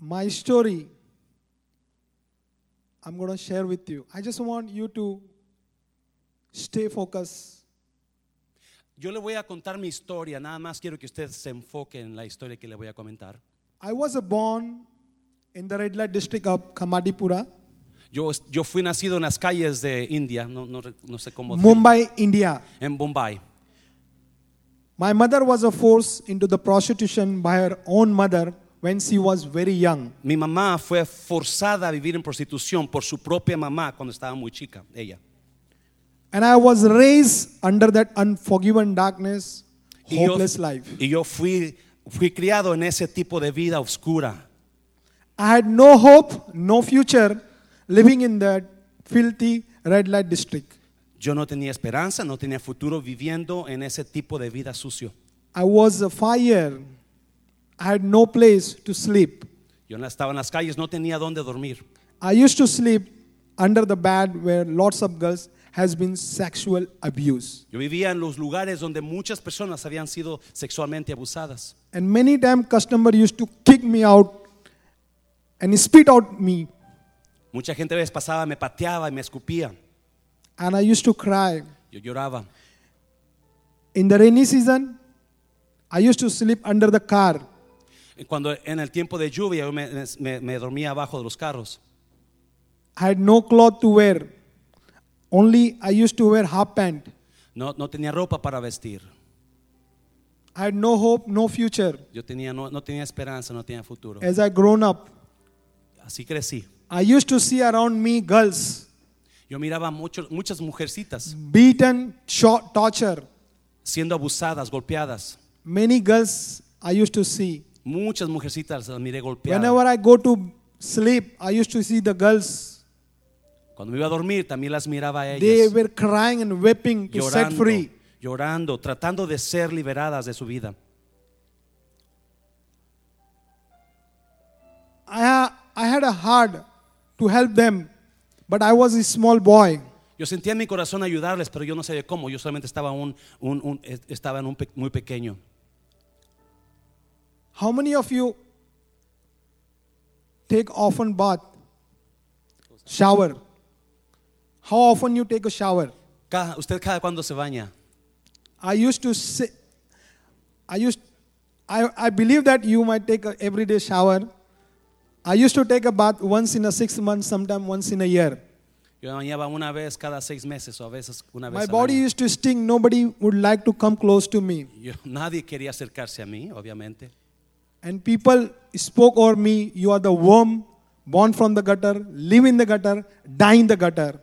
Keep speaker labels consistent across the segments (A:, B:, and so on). A: my story I'm going to share with you. I just want you to stay focused.
B: Yo le voy a contar mi historia, nada más quiero que usted se enfoque en la historia que le voy a comentar.
A: I was born in the red light district of Kamadipura,
B: Yo, yo fui nacido en las calles de India, no, no, re- no sé cómo,
A: Mumbai, India.
B: en Bombay.
A: My mother was a force into the prostitution by her own mother when she was very young.
B: Mi mamá fue forzada a vivir en prostitución por su propia mamá cuando estaba muy chica, ella.
A: And I was raised under that unforgiven darkness,
B: Y yo,
A: hopeless life.
B: y yo fui, fui criado en ese tipo de vida oscura.
A: I had no hope, no future living in that filthy red light district.
B: Yo no tenía esperanza, no tenía futuro viviendo en ese tipo de vida sucio.
A: I was a fire. I had no place to sleep.
B: Yo no estaba en las calles, no tenía dónde dormir.
A: I used to sleep under the bed where lots of girls has been sexual abuse.
B: Yo vivía en los lugares donde muchas personas habían sido sexualmente abusadas.
A: And many time customer used to kick me out and spit out me.
B: Mucha gente a veces pasaba, me pateaba y me escupía.
A: And I used to cry.
B: Yo lloraba.
A: In the rainy season, I used to sleep under the car.
B: Y Cuando en el tiempo de lluvia yo me, me- me dormía abajo de los carros.
A: I had no cloth to wear. Only I used to wear half pant.
B: No, no tenía ropa para vestir.
A: I had no hope, no future.
B: Yo tenía, no, no tenía esperanza, no tenía futuro.
A: As I grown up,
B: Así crecí.
A: I used to see around me girls
B: Yo miraba mucho- muchas mujercitas
A: beaten, shot, torture.
B: siendo abusadas, golpeadas.
A: Many girls I used to see.
B: Muchas mujercitas las miré golpeadas.
A: Whenever I go to sleep, I used to see the girls.
B: Cuando me iba a dormir también las miraba a
A: They
B: ellas.
A: were crying and weeping to set
B: Llorando,
A: free.
B: llorando, tratando de ser liberadas de su vida.
A: I, ha- I had a heart to help them, but I was a small boy.
B: Yo sentía en mi corazón ayudarles, pero yo no sabía cómo. Yo solamente estaba, un, un- un- eh, estaba en un pe- muy pequeño.
A: How many of you take often bath, shower? How often you take a shower?
B: Cada- ¿Usted cada cuándo se baña?
A: I used to say, I used, I, I believe that you might take a everyday shower. I used to take a bath once in a six months, sometime once in a year.
B: Yo me bañaba una vez cada seis meses o a veces una vez
A: My
B: al
A: body
B: año.
A: used to sting. Nobody would like to come close to me.
B: Yo- nadie quería acercarse a mí, obviamente.
A: And people spoke over me, you are the worm born from the gutter, live in the gutter, die in the gutter.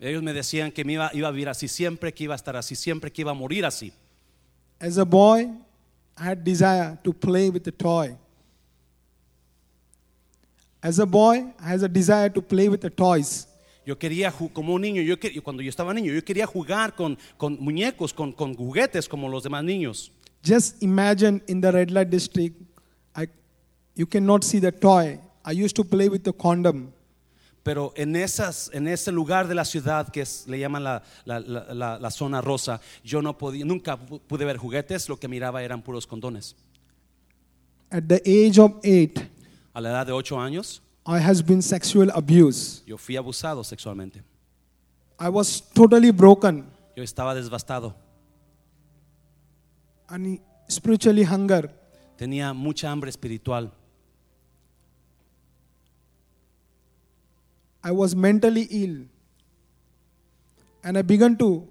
B: Ellos me decían que me iba, iba a vivir así siempre, que iba a estar así siempre, que iba a morir así.
A: As a boy, I had desire to play with a toy. As a boy, I had a desire to play with the toys.
B: Yo quería, ju- como un niño, yo quer- cuando yo estaba niño, yo quería jugar con, con muñecos, con, con juguetes como los demás niños.
A: Just imagine in the red light district, I, you cannot see the toy. I used to play with the condom.
B: Pero en, esas, en ese lugar de la ciudad que es- le llaman la, la- la- la- la zona rosa, yo no podía, nunca pu- pude ver juguetes, lo que miraba eran puros condones.
A: At the age of eight,
B: A la edad de 8 años,
A: I has been sexual abuse.
B: yo fui abusado sexualmente.
A: I was totally broken
B: Yo estaba devastado,
A: and spiritually hunger.
B: tenía mucha hambre espiritual,
A: I was mentally ill. And I began to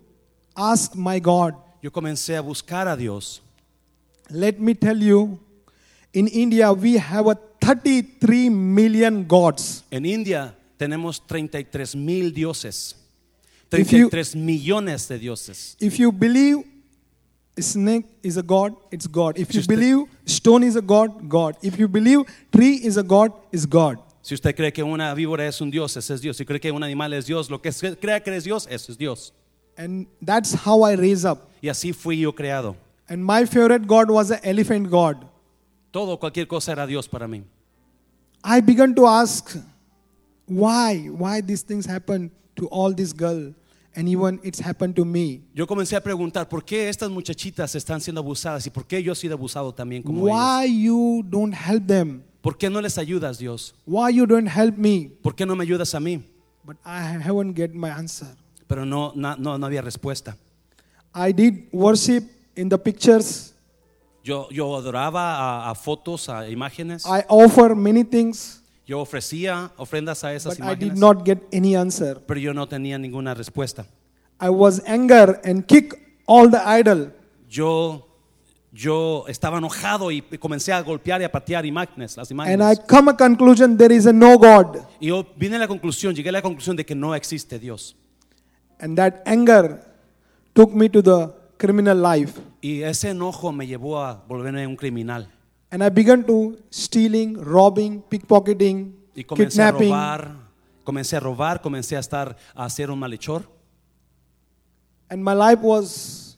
A: ask my God,
B: yo comencé a buscar a Dios.
A: let me tell you, in India we have a 33 million gods.
B: En India tenemos 33 mil dioses,
A: If you-
B: 33 millones de dioses.
A: If you believe snake is a god, it's God. If you
B: Just the-
A: believe stone is a god, God. If you believe tree is a god, is God.
B: Si usted cree que una víbora es un dios, ese es Dios. Si cree que un animal es Dios, lo que se- crea que es Dios, eso es Dios.
A: And that's how I raise up.
B: Y así fui yo creado.
A: And my favorite god was an elephant god.
B: Todo, cualquier cosa era Dios para mí.
A: I began to ask why, why these things happen to all this girl and even it's happened to me.
B: Yo comencé a preguntar, ¿por qué estas muchachitas están siendo abusadas y por qué yo he sido abusado también como ellas?
A: Why you don't help them?
B: ¿Por qué no les ayudas, Dios?
A: Why you don't help me?
B: ¿Por qué no me ayudas a mí?
A: But I haven't get my answer.
B: Pero no, na- no, no había respuesta.
A: I did worship in the pictures.
B: Yo, yo adoraba a, a fotos, a imágenes.
A: I offer many things,
B: Yo ofrecía ofrendas a esas
A: but I did
B: imágenes.
A: not get any answer.
B: Pero yo no tenía ninguna respuesta.
A: I was anger and kick all the idol.
B: Yo, yo estaba enojado y comencé a golpear y a patear imágenes, las
A: And I
B: imágenes.
A: come a conclusion there is a no God.
B: Y yo vine a la conclusión, llegué a la conclusión de que no existe Dios.
A: And that anger took me to the criminal life.
B: Y ese enojo me llevó a volverme un criminal.
A: And I began to stealing, robbing, pickpocketing,
B: Y comencé a
A: kidnapping.
B: robar, comencé a robar, comencé a estar a ser un malhechor.
A: And my life was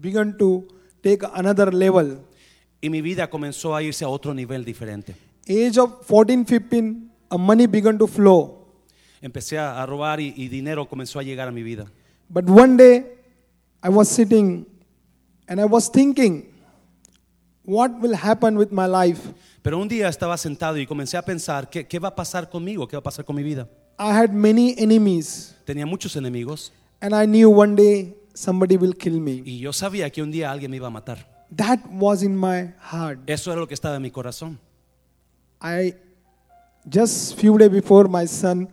A: began to take another level.
B: Y mi vida comenzó a irse a otro nivel diferente.
A: Age of 14, 15, a money began to flow.
B: Empecé a a robar y, y dinero comenzó a llegar a mi vida.
A: But one day I was sitting and I was thinking, what will happen with my life?
B: Pero un día estaba sentado y comencé a pensar, ¿qué, qué va a pasar conmigo? ¿Qué va a pasar con mi vida?
A: I had many enemies
B: Tenía muchos enemigos
A: and I knew one day somebody will kill me.
B: y yo sabía que un día alguien me iba a matar.
A: That was in my heart.
B: Eso era lo que estaba en mi corazón.
A: I just few days before my son,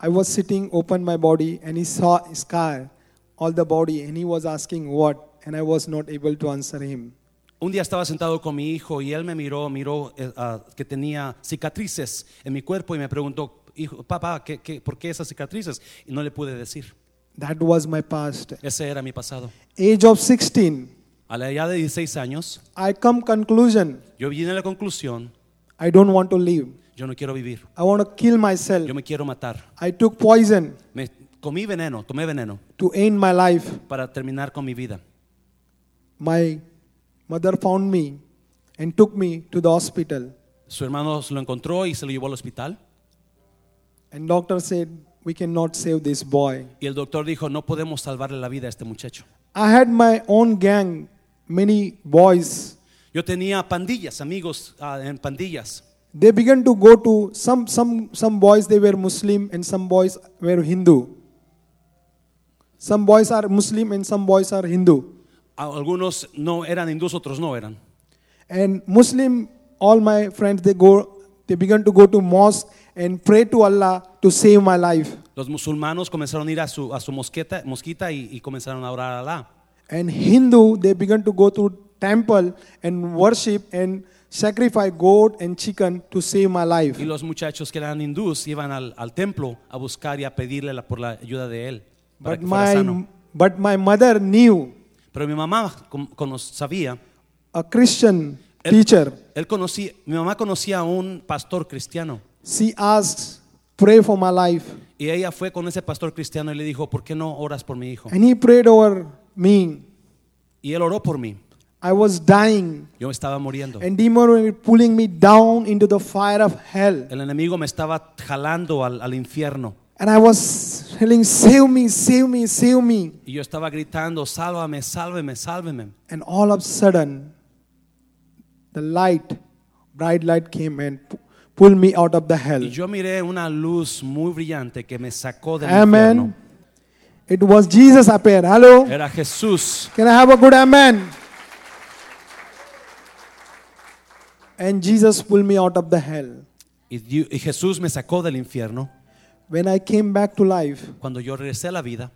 A: I was sitting, opened my body, and he saw scar all the body, and he was asking what, and I was not able to answer him.
B: Un día estaba sentado con mi hijo y él me miró, miró eh, ah, que tenía cicatrices en mi cuerpo y me preguntó, hijo, papá, ¿qué, qué, por qué esas cicatrices? Y no le pude decir.
A: That was my past.
B: Ese era mi pasado.
A: Age of 16,
B: A la edad de 16 años,
A: I come conclusion.
B: yo vine a la conclusión,
A: I don't want to live.
B: yo no quiero vivir,
A: I want to kill myself.
B: yo me quiero matar.
A: I took poison
B: Me, comí veneno, tomé veneno
A: to end my life.
B: para terminar con mi vida.
A: My mother found me and took me to the hospital.
B: Su hermano lo encontró y se lo llevó al hospital.
A: And doctor said, we cannot save this boy.
B: Y el doctor dijo, no podemos salvarle la vida a este muchacho.
A: I had my own gang, many boys.
B: Yo tenía pandillas, amigos ah, en pandillas.
A: They began to go to some some some boys they were Muslim and some boys were Hindu. Some boys are Muslim and some boys are Hindu.
B: A- Algunos no eran hindús, otros no eran.
A: And Muslim, all my friends they go they began to go to mosque and pray to Allah to save my life.
B: Los musulmanos comenzaron a ir a su, a su mosqueta, mosquita y, y comenzaron a orar a Alá.
A: And Hindu they began to go to temple and worship and sacrifice goat and chicken to save my life.
B: Y los muchachos que eran hindús iban al, al templo a buscar y a pedirle la- por la ayuda de él para
A: But
B: que fuera
A: my
B: sano.
A: but my mother knew
B: Pero mi mamá con- cono- sabía,
A: a Christian
B: It-
A: teacher.
B: él conocía, mi mamá conocía a un pastor cristiano
A: She asked, pray for my life.
B: y ella fue con ese pastor cristiano y le dijo, ¿por qué no oras por mi hijo?
A: And he prayed over me.
B: Y él oró por mí.
A: I was dying.
B: Yo estaba muriendo.
A: And demon were pulling me down into the fire of hell.
B: El enemigo me estaba jalando al, al infierno.
A: And I was telling, save me, save me, save me.
B: Y yo estaba gritando, sálvame, sálveme, sálveme.
A: And all of a sudden, the light, bright light came and pu- pulled me out of the hell.
B: Y yo miré una luz muy brillante que me sacó del
A: Amen.
B: infierno.
A: It was Jesus appeared. Hello.
B: Era Jesús.
A: Can I have a good amen? And Jesus pulled me out of the hell.
B: Y, Diu- y Jesús me sacó del infierno.
A: When I came back to life,
B: Cuando yo regresé a la vida,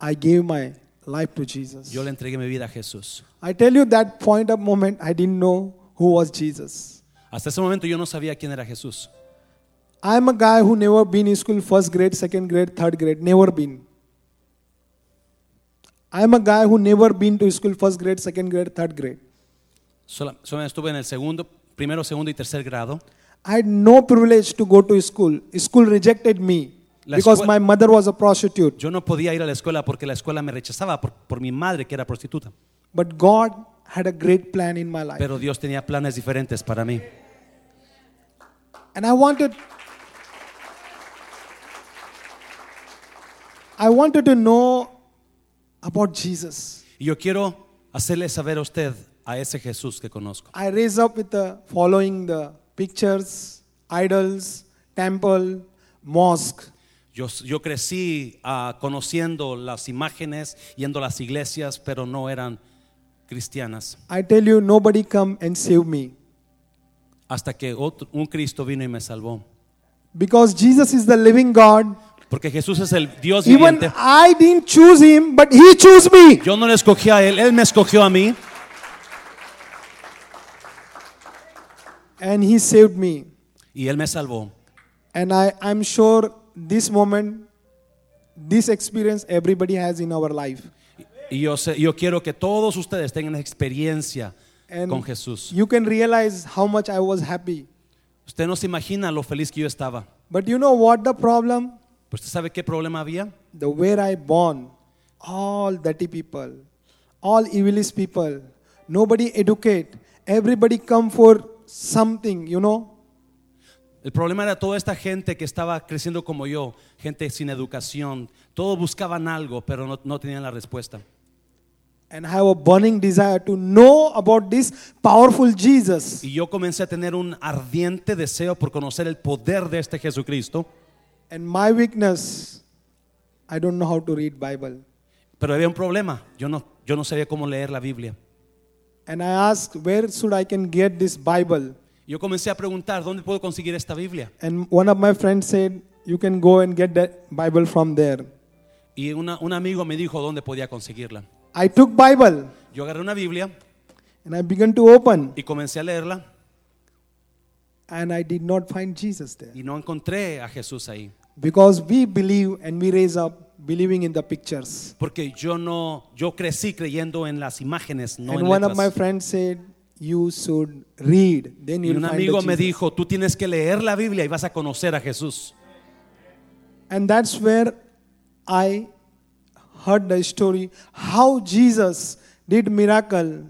A: I gave my life to Jesus.
B: yo le entregué mi vida a Jesús.
A: I tell you that point of moment, I didn't know who was Jesus.
B: Hasta ese momento yo no sabía quién era Jesús.
A: I'm a guy who never been in school, first grade, second grade, third grade, never been. I'm a guy who never been to school, first grade, second grade, third grade.
B: Sola- Solo estuve en el segundo, primero, segundo y tercer grado.
A: I had no privilege to go to school. School rejected me
B: La
A: because
B: escuela-
A: my mother was a prostitute.
B: Yo no podía ir a la escuela porque la escuela me rechazaba por, por mi madre que era prostituta.
A: But God had a great plan in my life.
B: Pero Dios tenía planes diferentes para mí.
A: and I wanted I wanted to know about Jesus.
B: Y yo quiero hacerle saber a usted a ese Jesús que conozco.
A: I raised up with the following the pictures, idols, temple, mosque.
B: Yo, yo crecí ah, conociendo las imágenes, yendo a las iglesias, pero no eran cristianas.
A: I tell you, nobody come and save me.
B: Hasta que otro- un Cristo vino y me salvó.
A: Because Jesus is the living God.
B: Porque Jesús es el Dios
A: Even
B: viviente.
A: I didn't choose him, but he chose me.
B: Yo no le escogí a Él, Él me escogió a mí
A: And he saved me.
B: y Él me salvó.
A: And I, I'm sure this moment, this experience everybody has in our life.
B: Y yo, sé- yo quiero que todos ustedes tengan experiencia
A: And
B: con Jesús.
A: you can realize how much I was happy.
B: Usted no se imagina lo feliz que yo estaba.
A: But you know what the problem?
B: Pero ¿Usted sabe qué problema había?
A: The where I born, all dirty people, all evilist people, nobody educate, everybody come for something, you know.
B: El problema era toda esta gente que estaba creciendo como yo, gente sin educación. Todos buscaban algo, pero no, no tenían la respuesta.
A: And I have a burning desire to know about this powerful Jesus.
B: Y yo comencé a tener un ardiente deseo por conocer el poder de este Jesucristo.
A: And my weakness, I don't know how to read Bible.
B: Pero había un problema. Yo no, yo no sabía cómo leer la Biblia.
A: And I asked, where should I can get this Bible?
B: Yo comencé a preguntar, ¿dónde puedo conseguir esta Biblia?
A: And one of my friends said, you can go and get that Bible from there.
B: Y una- un amigo me dijo dónde podía conseguirla.
A: I took Bible
B: Yo agarré una Biblia
A: and I began to open
B: y comencé a leerla
A: and I did not find Jesus there.
B: y no encontré a Jesús ahí.
A: Because we believe and we raise up believing in the pictures.
B: Porque yo no, yo crecí creyendo en las imágenes, no
A: and
B: en
A: one of my
B: letras.
A: friends said, you should read, then
B: Y
A: you'll
B: un
A: find
B: amigo
A: the
B: me
A: Jesus.
B: dijo, tú tienes que leer la Biblia y vas a conocer a Jesús.
A: And that's where I heard the story how Jesus did miracle.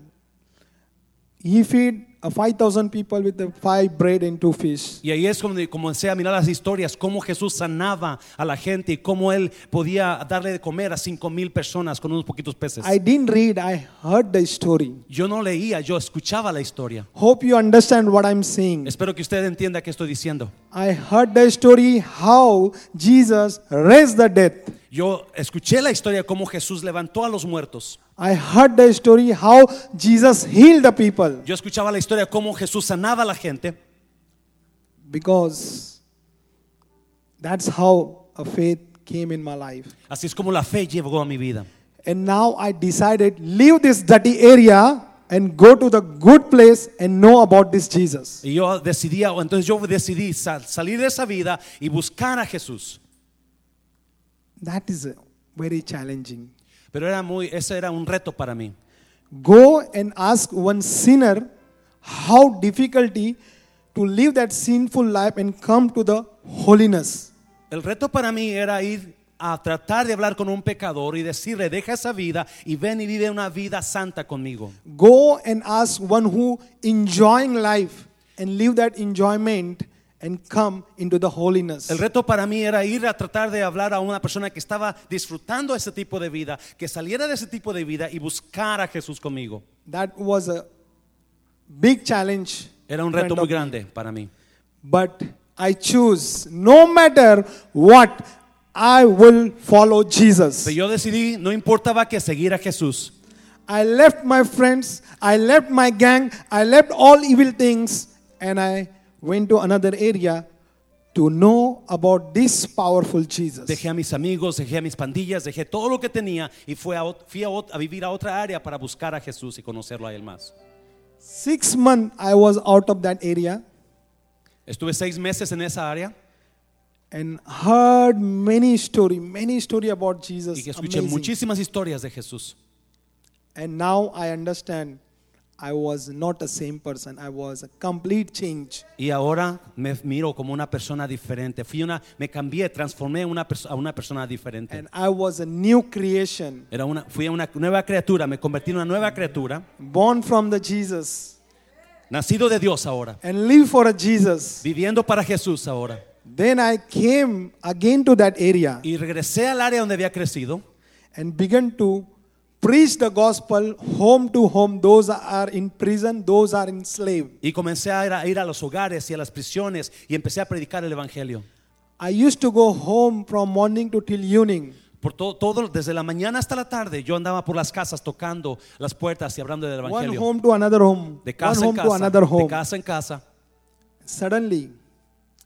A: He feed a 5,000 people with the five bread and two fish.
B: Y ahí es cuando comencé a mirar las historias, cómo Jesús sanaba a la gente y cómo él podía darle de comer a cinco mil personas con unos poquitos peces.
A: I didn't read, I heard the story.
B: Yo no leía, yo escuchaba la historia.
A: Hope you understand what I'm saying.
B: Espero que usted entienda qué estoy diciendo.
A: I heard the story how Jesus raised the dead.
B: Yo escuché la historia cómo Jesús levantó a los muertos.
A: I heard the story how Jesus healed the people
B: Yo escuchaba la historia cómo Jesús sanaba a la gente.
A: because that's how a faith came in my life.
B: Así es como la fe llegó a mi vida.
A: And now I decided leave this dirty area and go to the good place and know about this Jesus.
B: Y yo decidía, o entonces yo decidí sal- salir de esa vida y buscar a Jesús.
A: That is very challenging.
B: Pero era muy, ese era un reto para mí.
A: Go and ask one sinner how difficulty to live that sinful life and come to the holiness.
B: El reto para mí era ir a tratar de hablar con un pecador y decirle, deja esa vida y ven y vive una vida santa conmigo.
A: go and ask one who enjoying life and live that enjoyment and come into the holiness
B: El reto para mí era ir a tratar de hablar a una persona que estaba disfrutando ese tipo de vida, que saliera de ese tipo de vida y buscar a Jesús conmigo.
A: that was a big challenge
B: Era un
A: friend
B: reto
A: of mine.
B: muy grande para mí.
A: but i choose no matter what i will follow jesus
B: Pero yo decidí, no importaba que seguir a Jesús.
A: i left my friends i left my gang i left all evil things and i went to another area to know about this powerful jesus
B: Dejé a mis amigos, dejé a mis pandillas, dejé todo lo que tenía y fui a, ot- fui a ot- a vivir a otra área para buscar a Jesús y conocerlo a Él más.
A: Six months I was out of that area
B: Estuve seis meses en esa área
A: and heard many story, many story about Jesus.
B: y que escuché
A: Amazing.
B: muchísimas historias de Jesús.
A: And now I understand I was not the same person. I was a complete change.
B: Y ahora me miro como una persona diferente. Fui una, me cambié, transformé una perso- a una persona diferente.
A: And I was a new creation,
B: Era una, fui una nueva criatura, me convertí en una nueva criatura,
A: born from the Jesus
B: nacido de Dios ahora,
A: and live for a Jesus.
B: viviendo para Jesús ahora.
A: Then I came again to that area
B: Y regresé al área donde había crecido
A: and began to preached the gospel home to home. Those are in prison, those are enslaved.
B: Y comencé a ir, a ir a los hogares y a las prisiones y empecé a predicar el Evangelio.
A: I used to go home from morning to till evening.
B: Por todo, todo, desde la mañana hasta la tarde, yo andaba por las casas tocando las puertas y hablando del
A: One
B: Evangelio.
A: home to another home.
B: De
A: One
B: casa en
A: home to
B: casa,
A: another
B: de
A: home.
B: casa en casa.
A: Suddenly,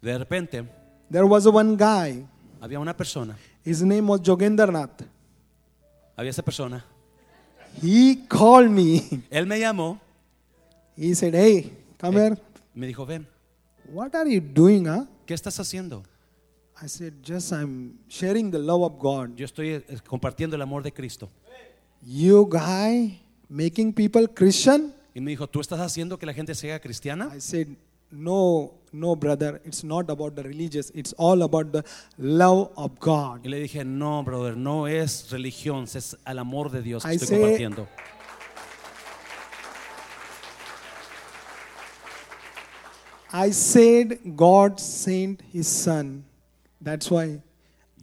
B: De repente,
A: there was one guy.
B: había una persona,
A: His name was Jogendranath.
B: había esa persona.
A: He called me.
B: Él me llamó,
A: He said, Hey, come
B: eh,
A: here.
B: me dijo, ven,
A: What are you doing, huh?
B: ¿qué estás haciendo?
A: I said, Just I'm sharing the love of God.
B: Yo estoy eh, compartiendo el amor de Cristo.
A: You guy making people Christian?
B: Y me dijo, ¿tú estás haciendo que la gente sea cristiana?
A: I said, No, no, brother. It's not about the religious. It's all about the love of
B: Y
A: God.
B: le dije, no, brother, no es religión, es al amor de Dios que
A: I
B: estoy
A: say-
B: compartiendo.
A: I said, God sent his son. That's why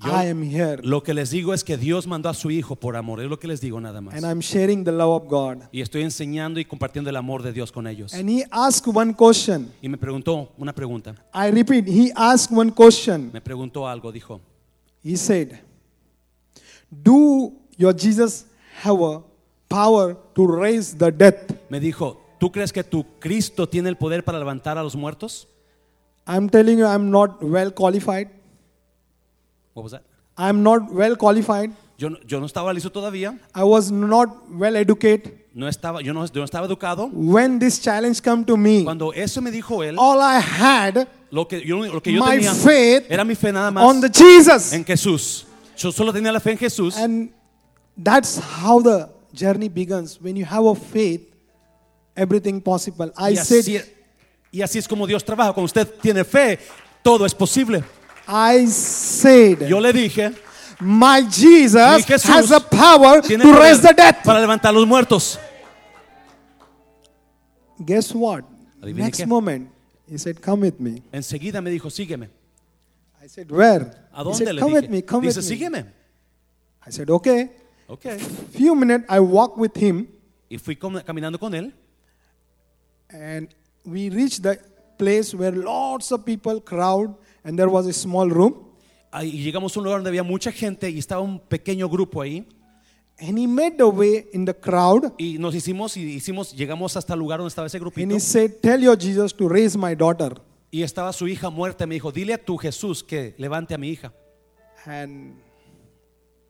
B: Yo-
A: I am here.
B: Lo que les digo es que Dios mandó a su hijo por amor, es lo que les digo nada más.
A: And I'm sharing the love of God.
B: Y estoy enseñando y compartiendo el amor de Dios con ellos.
A: And he asked one question.
B: Y me preguntó una pregunta,
A: I repeat, he asked one question.
B: me preguntó algo, dijo,
A: He said, Do your Jesus have a power to raise the dead?
B: me dijo, ¿tú crees que tu Cristo tiene el poder para levantar a los muertos?
A: I'm telling you, I'm not well qualified.
B: What was that?
A: I'm not well qualified.
B: Yo, no- yo no estaba listo todavía,
A: I was not well educated.
B: no estaba, yo, no, yo no estaba educado.
A: When this challenge come to me,
B: Cuando eso me dijo él,
A: all I had
B: lo que yo, lo que yo
A: My
B: tenía
A: faith
B: era mi fe nada más
A: on the Jesus.
B: en Jesús. Yo solo tenía la fe en Jesús.
A: And that's how the journey begins. When you have a faith, everything possible. I
B: y, así,
A: said,
B: y así es como Dios trabaja. Cuando usted tiene fe, todo es posible.
A: I said,
B: Yo le dije,
A: My Jesus
B: Mi Jesús
A: has the power
B: tiene
A: to
B: poder
A: raise the dead.
B: para levantar los muertos.
A: Guess what?
B: Adivine
A: Next
B: qué.
A: moment, he said, Come with me.
B: Enseguida me dijo, sígueme.
A: I said, Where?
B: ¿A
A: he
B: dónde
A: said,
B: le
A: Come
B: dije?
A: with me, come
B: Dice,
A: with me.
B: sígueme.
A: I said, Okay.
B: Ok.
A: Few minutes, I walked with him,
B: Y fui com- caminando con él.
A: and we reached the place where lots of people crowd, and there was a small room.
B: Ahí- Y llegamos a un lugar donde había mucha gente y estaba un pequeño grupo ahí.
A: And he made the way in the crowd,
B: Y nos hicimos y hicimos, llegamos hasta el lugar donde estaba ese
A: and
B: grupito.
A: he said, Tell your Jesus to raise my daughter.
B: Y estaba su hija muerta. Me dijo, dile a tu Jesús que levante a mi hija.
A: And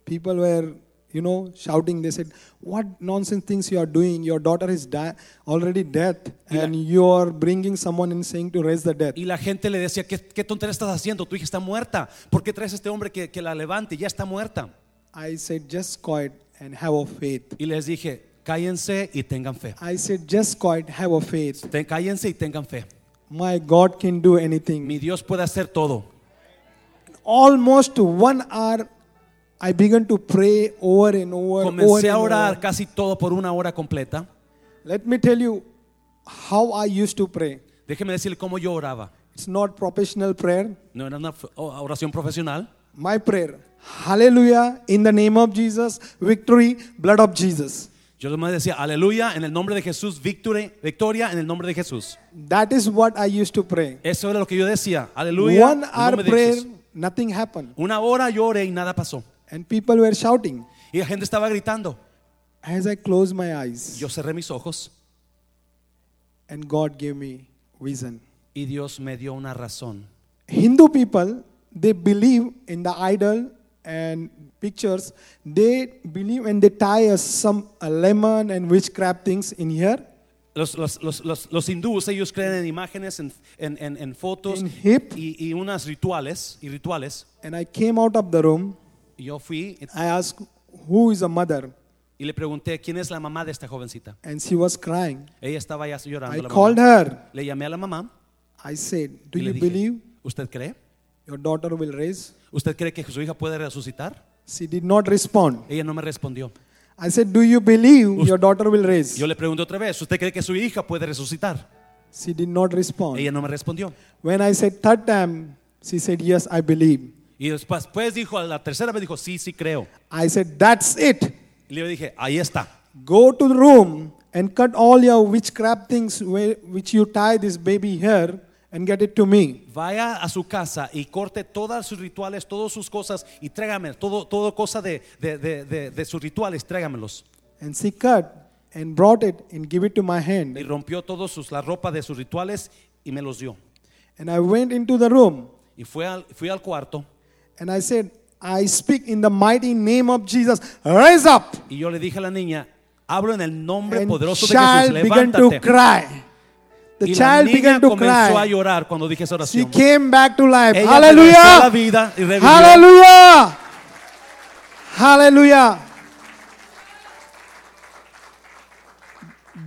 A: people were, you know, shouting. They said, "What nonsense things you are doing? Your daughter is di- already dead,
B: Y la-
A: and you are bringing someone and saying to raise the dead."
B: Y la gente le decía, ¿qué, qué tontería estás haciendo? Tu hija está muerta. ¿Por qué traes a este hombre que, que la levante? Ya está muerta.
A: I said, "Just quiet and have a faith."
B: Y les dije, cállense y tengan fe.
A: I said, "Just quiet, have a faith.
B: Te- cállense y tengan fe.
A: My God can do anything."
B: Mi Dios puede hacer todo.
A: Almost one hour, I began to pray over and over, over and
B: Comencé a orar
A: over.
B: casi todo por una hora completa.
A: Let me tell you how I used to pray.
B: Déjeme decirle cómo yo oraba.
A: It's not professional prayer.
B: No era una f- o- oración profesional.
A: My prayer. Hallelujah. In the name of Jesus. Victory. Blood of Jesus.
B: Yo nomás decía, aleluya, en el nombre de Jesús, victory, victoria, en el nombre de Jesús.
A: That is what I used to pray.
B: Eso era lo que yo decía, aleluya. en
A: One
B: el
A: hour
B: nombre de
A: prayer,
B: Jesús.
A: nothing happened.
B: Una hora yo oré y nada pasó.
A: And people were shouting.
B: Y la gente estaba gritando.
A: As I closed my eyes,
B: Yo cerré mis ojos.
A: and God gave me vision.
B: Y Dios me dio una razón.
A: Hindu people, they believe in the idol and pictures. They believe and they tie us some a lemon and witchcraft things in here,
B: Los, los, los, los- los hindúes, ellos creen en imágenes, en, en- en- en fotos
A: In hip.
B: y, y unas rituales y rituales.
A: and I came out of the room.
B: Y yo fui
A: I asked, "Who is a mother?"
B: y le pregunté, ¿quién es la mamá de esta jovencita?
A: And she was crying.
B: Ella estaba ya llorando.
A: I
B: la mamá.
A: called her.
B: Le llamé a la mamá
A: I said, Do
B: y le
A: you
B: dije,
A: believe
B: ¿usted cree?
A: your daughter will raise?
B: ¿Usted cree que su hija puede resucitar?
A: She did not respond.
B: Ella no me respondió.
A: I said, Do you believe your daughter will raise?
B: Yo le pregunté otra vez, ¿usted cree que su hija puede resucitar?
A: She did not respond.
B: Ella no me respondió.
A: When I said third time, she said, Yes, I believe.
B: pues, Y después, después dijo, a la tercera vez dijo, sí, sí creo.
A: I said, That's it.
B: Y le dije, ahí está.
A: Go to the room and cut all your witchcraft things where, which you tie this baby here and get it to me.
B: Vaya a su casa y corte todas sus rituales, todas sus cosas y tráigame todo, todo cosa de, de- de- de- de sus rituales, tráigamelos.
A: And she cut and brought it and give it to my
B: Y
A: hand.
B: rompió todos sus, la ropa de sus rituales y me los dio.
A: And I went into the room
B: Y fui al, fui al cuarto
A: and I said, I speak in the mighty name of Jesus. Rise up
B: y yo le dije a la niña, hablo en el nombre
A: and
B: poderoso de Jesús,
A: child began to
B: levántate.
A: cry. The
B: y la
A: child
B: niña
A: began to
B: comenzó a
A: cry.
B: llorar cuando dije esa
A: She
B: oración.
A: came back to life.
B: Ella regresó a la
A: Hallelujah.
B: vida y revivió.
A: Hallelujah. Hallelujah.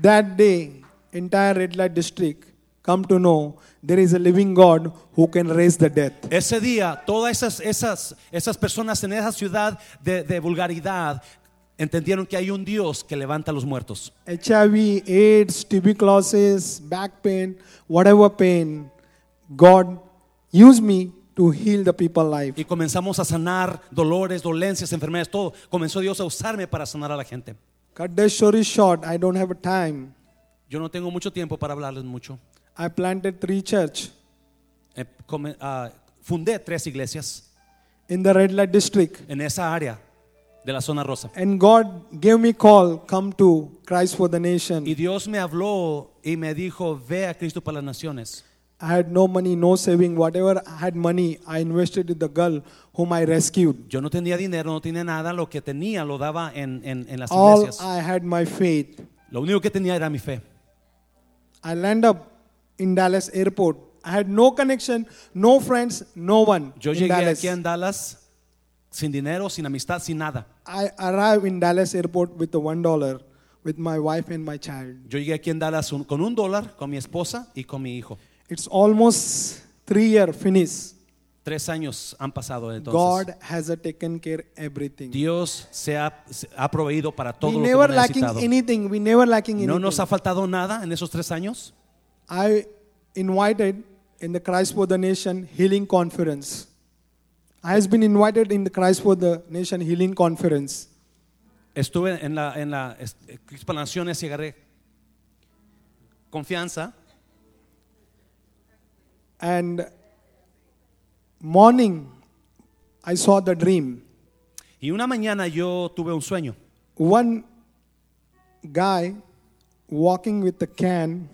A: That day, entire red light district come to know there is a living God who can raise the death.
B: Ese día, todas esas, esas, esas personas en esa ciudad de, de vulgaridad entendieron que hay un Dios que levanta a los muertos.
A: HIV, AIDS, tuberculosis, back pain, whatever pain, God use me to heal the people life.
B: Y comenzamos a sanar dolores, dolencias, enfermedades, todo. Comenzó Dios a usarme para sanar a la gente.
A: Cut the story short. I don't have time.
B: Yo no tengo mucho tiempo para hablarles mucho.
A: I planted three church
B: Eh, come- ah, fundé tres iglesias
A: in the red light district.
B: en esa área de la zona rosa.
A: And God gave me call, come to Christ for the
B: Y
A: nation.
B: Dios me habló y me dijo, ve a Cristo para las naciones.
A: I had no money, no saving. Whatever I had money, I invested in the girl whom I rescued.
B: Yo no tenía dinero, no tenía nada. Lo que tenía lo daba en, en- en las
A: All
B: iglesias.
A: I had my faith.
B: Lo único que tenía era mi fe.
A: I land up in Dallas airport. I had no connection, no friends, no one
B: Yo
A: in
B: llegué
A: Dallas.
B: aquí en Dallas sin dinero, sin amistad, sin nada.
A: I arrive in Dallas airport with the one dollar, with my wife and my child.
B: Yo llegué aquí en Dallas un- con un dólar, con mi esposa y con mi hijo.
A: It's almost three year finish.
B: Tres años han pasado entonces.
A: God has uh, taken care everything.
B: Dios se ha, se ha proveído para todo
A: We
B: lo que
A: never
B: hemos
A: lacking
B: necesitado.
A: anything. We never lacking
B: No
A: anything.
B: nos ha faltado nada en esos tres años.
A: I invited in the Christ for the Nation Healing Conference. I has been invited in the Christ for the Nation Healing Conference.
B: Estuve en la, en la es- eh, Crispa Naciones y agarré confianza.
A: And morning, I saw the dream.
B: Y una mañana yo tuve un sueño.
A: One guy walking with a can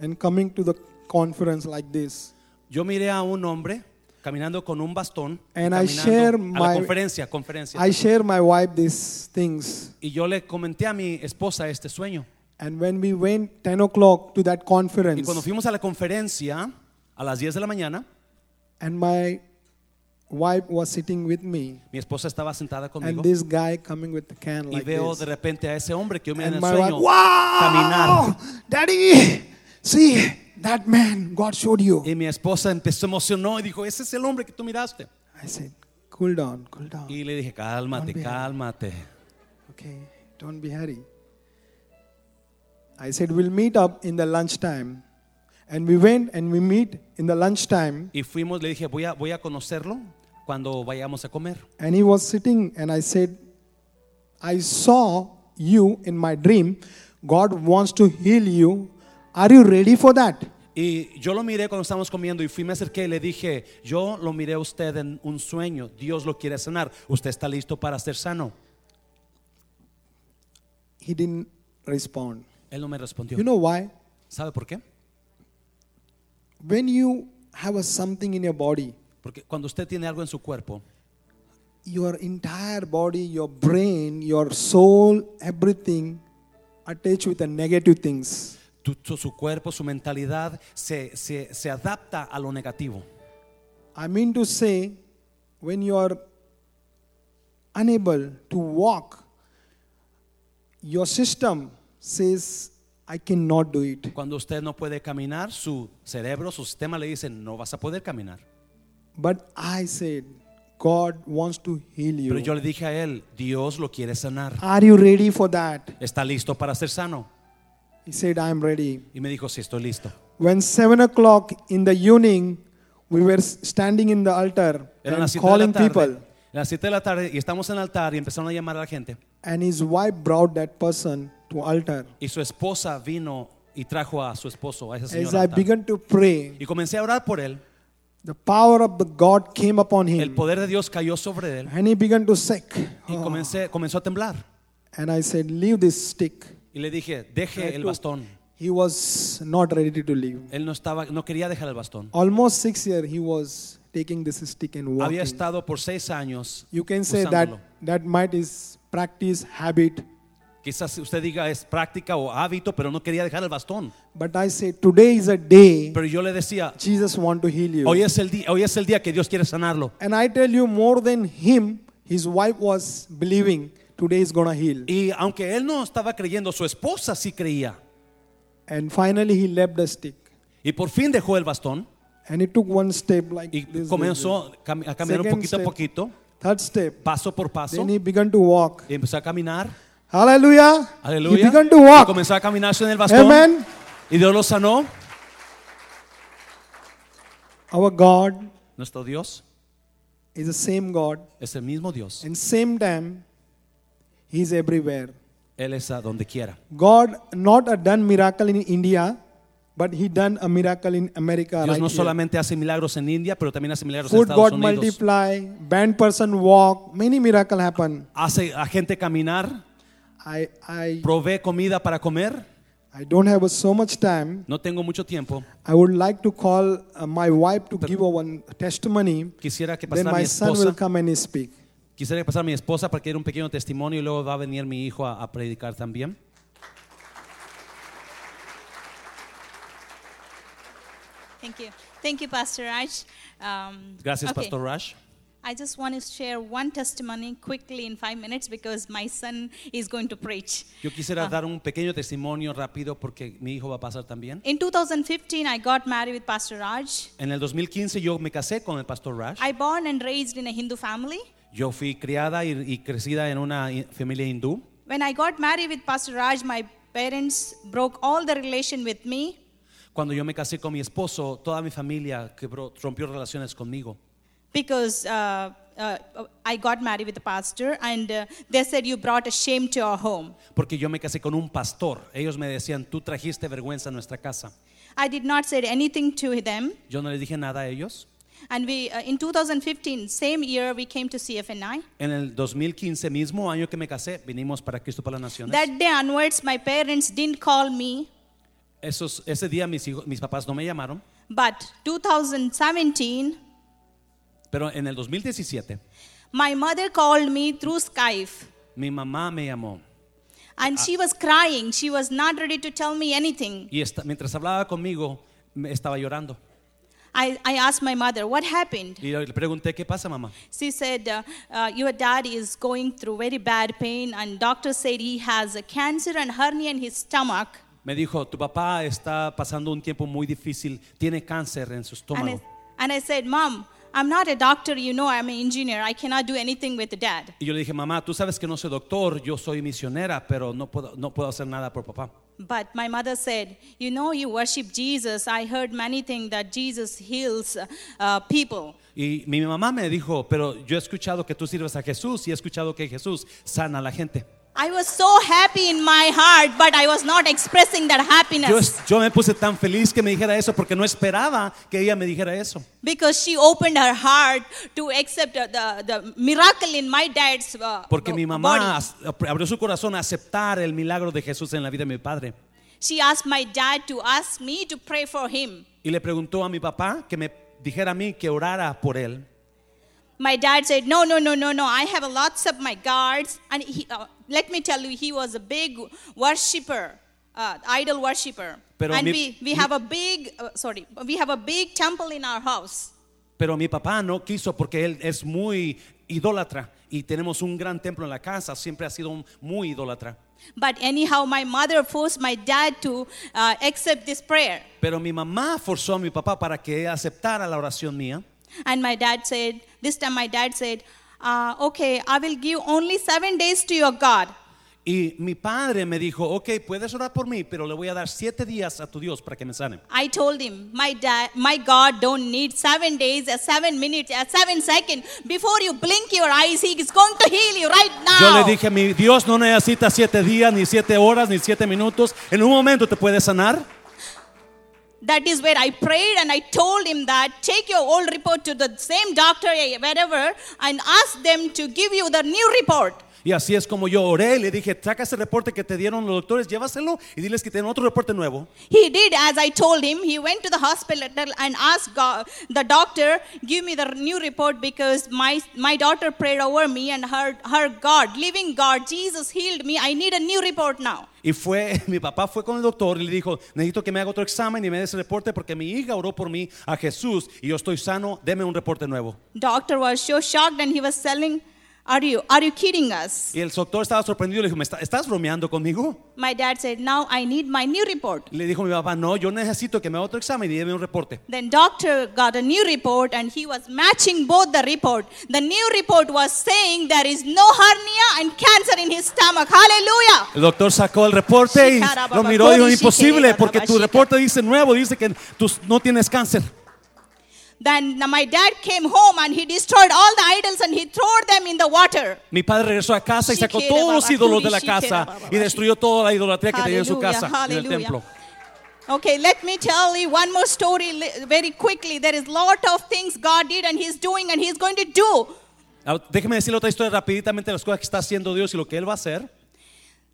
A: and coming to the conference like this.
B: Yo miré a un hombre caminando con un bastón
A: And I
B: caminando
A: share
B: a la
A: my-
B: conferencia, conferencia.
A: I share my wife these things.
B: Y yo le comenté a mi esposa este sueño.
A: And when we went 10 o'clock to that
B: Y
A: conference,
B: cuando fuimos a la conferencia, a las 10 de la mañana,
A: and my wife was sitting with me.
B: mi esposa estaba sentada conmigo
A: And this guy coming with the can
B: y
A: like
B: veo
A: this.
B: de repente a ese hombre que yo me
A: and
B: en el
A: my wife,
B: sueño
A: wow,
B: caminar.
A: daddy, see that man God showed you.
B: Y mi esposa empezó, emocionó y dijo, ese es el hombre que tú miraste.
A: I said, cool down, cool down.
B: Y le dije, cálmate,
A: Hombre.
B: cálmate.
A: Okay, don't be hurry. I said, we'll meet up in the lunchtime. And we went and we meet in the lunchtime.
B: Y fuimos, le dije, voy a, voy a conocerlo cuando vayamos a comer.
A: And he was sitting, and I said, I saw you in my dream. God wants to heal you. Are you ready for that?
B: Y yo lo miré cuando estábamos comiendo y fui, me acerqué y le dije, yo lo miré a usted en un sueño, Dios lo quiere sanar, usted está listo para ser sano.
A: He didn't respond.
B: Él no me respondió.
A: You know why?
B: ¿Sabe por qué?
A: When you have a something in your body,
B: Porque cuando usted tiene algo en su cuerpo,
A: your entire body, your brain, your soul, everything attached with the negative things.
B: tu- tu- su cuerpo, su mentalidad se, se- se adapta a lo negativo.
A: I mean to say, when you are unable to walk, your system says, I cannot do it.
B: Cuando usted no puede caminar, su cerebro, su sistema le dice, no vas a poder caminar.
A: But I said, God wants to heal
B: Pero
A: you.
B: yo le dije a él, Dios lo quiere sanar,
A: Are you ready for that?
B: está listo para ser sano.
A: He said, I'm ready.
B: Y me dijo, sí, estoy listo.
A: When 7 o'clock in the evening, we were standing in the altar
B: Eran las
A: and
B: 7 de la
A: calling
B: tarde.
A: people.
B: eran las siete de la tarde y estamos en el altar y empezaron a llamar a la gente.
A: and his wife brought that person to altar.
B: Y su esposa vino y trajo a su esposo, a ese señor.
A: As I
B: altar.
A: began to pray,
B: Y comencé a orar por él.
A: the power of the God came upon
B: El
A: him,
B: poder de Dios cayó sobre él
A: and he began to shake.
B: y comencé, comenzó a temblar.
A: And I said, "Leave this stick."
B: Y le dije, deje el bastón.
A: He was not ready to leave.
B: Él no estaba, no quería dejar el bastón.
A: Almost six years, he was taking this stick and walking.
B: Había estado por seis años
A: You can say that
B: usándolo.
A: that might is practice habit,
B: Quizás usted diga es práctica o hábito, pero no quería dejar el bastón.
A: but I say today is a day
B: Pero yo le decía,
A: Jesus want to heal you.
B: hoy es el día, hoy es el día que Dios quiere sanarlo.
A: And I tell you, more than him, his wife was believing today is gonna heal.
B: Y aunque él no estaba creyendo, su esposa sí creía.
A: And finally, he left the stick,
B: Y por fin dejó el bastón
A: and he took one step like
B: y
A: this.
B: comenzó cam- a caminar
A: Second
B: un poquito a
A: step.
B: poquito,
A: Third step.
B: paso por paso,
A: Then he began to walk.
B: y empezó a caminar.
A: Hallelujah. He
B: Aleluya.
A: began to
B: Y
A: walk.
B: comenzó a caminarse en el bastón.
A: Amen.
B: Y Dios lo sanó.
A: Our God
B: Nuestro Dios
A: is the same God,
B: es el mismo Dios.
A: and same time, He is everywhere.
B: Él es a donde quiera.
A: God not a done miracle in India, but He done a miracle in America.
B: Dios
A: right
B: no
A: here.
B: solamente hace milagros en India, pero también hace milagros en
A: Food
B: Estados
A: got
B: Unidos.
A: multiply, band person walk, many miracle happen.
B: Hace a gente caminar,
A: I I
B: provee comida para comer.
A: I don't have so much time.
B: No tengo mucho tiempo.
A: I would like to call uh, my wife to give a one testimony.
B: Quisiera que
A: Then
B: pasara mi
A: my son will
B: esposa.
A: come and speak.
B: Quisiera que pasara mi esposa para que diera un pequeño testimonio y luego va a venir mi hijo a, a predicar también.
C: Thank you. Thank you, Pastor Raj. Um,
B: Gracias,
C: okay.
B: Pastor Rush.
C: I just want to share one testimony quickly in five minutes because my son is going to preach.
B: Yo quisiera dar un pequeño testimonio rápido porque mi hijo va a pasar también.
C: In 2015, I got married with Pastor Raj.
B: En el 2015 yo me casé con el Pastor Rush.
C: I born and raised in a Hindu family.
B: Yo fui criada y, y crecida en una i- familia hindú.
C: When I got married with Pastor Raj, my parents broke all the relation with me.
B: Cuando yo me casé con mi esposo, toda mi familia quebró- rompió relaciones conmigo.
C: because uh, uh, I got married with a pastor, and uh, they said you brought a shame to our home.
B: Porque yo me casé con un pastor. Ellos me decían, tú trajiste vergüenza a nuestra casa.
C: I did not say anything to them,
B: Yo no les dije nada a ellos.
C: and we uh, in 2015, same year, we came to CFNI.
B: En el 2015, mismo año que me casé, vinimos para Cristo para las Naciones.
C: That day onwards, my parents didn't call me,
B: Esos- ese día mis, hijos, mis papás no me llamaron,
C: but 2017,
B: pero en el 2017
C: my mother called me through Skype,
B: mi mamá me llamó
C: and she was crying. She was not ready to tell me anything.
B: y esta- mientras hablaba conmigo me estaba llorando.
C: I, I asked my mother, What happened?
B: Y le pregunté, ¿qué pasa mamá?
C: She said, uh, uh, Your dad is going through very bad pain, and doctor said he has a cancer and hernia in his stomach.
B: Me dijo, tu papá está pasando un tiempo muy difícil, tiene cáncer en su
C: And I,
B: estómago.
C: and I said, Mom, I'm not a doctor, you know, I'm an engineer. I cannot do anything with dad.
B: Y yo le dije, mamá, tú sabes que no soy doctor, yo soy misionera, pero no puedo, no puedo hacer nada por papá.
C: But my mother said, You know, you worship Jesus. I heard many things that Jesus heals uh, uh, people.
B: Y mi mamá me dijo, pero yo he escuchado que tú sirves a Jesús y he escuchado que Jesús sana a la gente.
C: I was so happy in my heart, but I was not expressing that
B: Yo,
C: happiness
B: es- yo me puse tan feliz que me dijera eso porque no esperaba que ella me dijera eso.
C: because she opened her heart to accept uh, the, the miracle in my dad's uh,
B: Porque
C: bo-
B: mi mamá
C: body.
B: as- abrió su corazón a aceptar el milagro de Jesús en la vida de mi padre.
C: She asked my dad to ask me to pray for him.
B: Y le preguntó a mi papá que me dijera a mí que orara por él.
C: My dad said, "No, no, no, no, no. I have lots of my guards." And he, uh, let me tell you, he was a big worshipper, uh, idol worshipper.
B: Pero
C: and
B: mi-
C: we, we
B: mi-
C: have a big, uh, sorry, we have a big temple in our house.
B: Pero mi papá no quiso porque él es muy idólatra y tenemos un gran templo en la casa, siempre ha sido un- muy idólatra.
C: But anyhow, my mother forced my dad to uh, accept this prayer.
B: Pero mi mamá forzó a mi papá para que aceptara la oración mía.
C: And my dad said, this time my dad said, uh, okay, I will give only seven days to your God.
B: Y mi padre me dijo, ok, puedes orar por mí, pero le voy a dar siete días a tu Dios para que me sane.
C: I told him, my, da- my God don't need seven days, uh, seven minutes, uh, seven seconds. Before you blink your eyes, He is going to heal you right now.
B: Yo le dije, mi Dios no necesita siete días, ni siete horas, ni siete minutos. En un momento te puede sanar.
C: That is where I prayed and I told him that take your old report to the same doctor, eh, wherever, and ask them to give you the new report.
B: Y así es como yo oré. Le dije, saca ese reporte que te dieron los doctores, llévaselo y diles que tienen otro reporte nuevo.
C: He did as I told him. He went to the hospital and asked go- the doctor, give me the new report because my, my daughter prayed over me and her, her God, living God, Jesus healed me. I need a new report now.
B: Y fue, mi papá fue con el doctor y le dijo, necesito que me haga otro examen y me dé ese reporte porque mi hija oró por mí a Jesús y yo estoy sano, deme un reporte nuevo.
C: Doctor was so shocked and he was telling, are you, are you kidding us?
B: Y el doctor estaba sorprendido y le dijo, "¿Me está- ¿estás bromeando conmigo?
C: My dad said, now I need my new report.
B: Y le dijo mi papá, no, yo necesito que me haga otro examen y deme un reporte.
C: Then doctor got a new report and he was matching both the report. The new report was saying there is no hernia and cancer in his stomach. Hallelujah.
B: El doctor sacó el reporte y
C: Shikara
B: lo
C: baba
B: miró y dijo,
C: kori,
B: imposible,
C: shikere
B: porque
C: baba
B: tu
C: shika".
B: reporte dice nuevo, dice que tú no tienes cáncer.
C: Then my dad came home and he destroyed all the idols and he threw them in the water.
B: Mi padre regresó a casa y sacó
C: Shikere
B: todos los
C: baba
B: ídolos de
C: kori,
B: la
C: shikere
B: casa
C: baba
B: y
C: kori.
B: destruyó toda la idolatría que tenía en su
C: Hallelujah,
B: casa, en el
C: hallelujah.
B: templo.
C: Okay, let me tell you one more story li- very quickly. There is lot of things God did and he's doing and he's going to do.
B: Ah, Déjeme decirle otra historia rapiditamente de las cosas que está haciendo Dios y lo que Él va a hacer.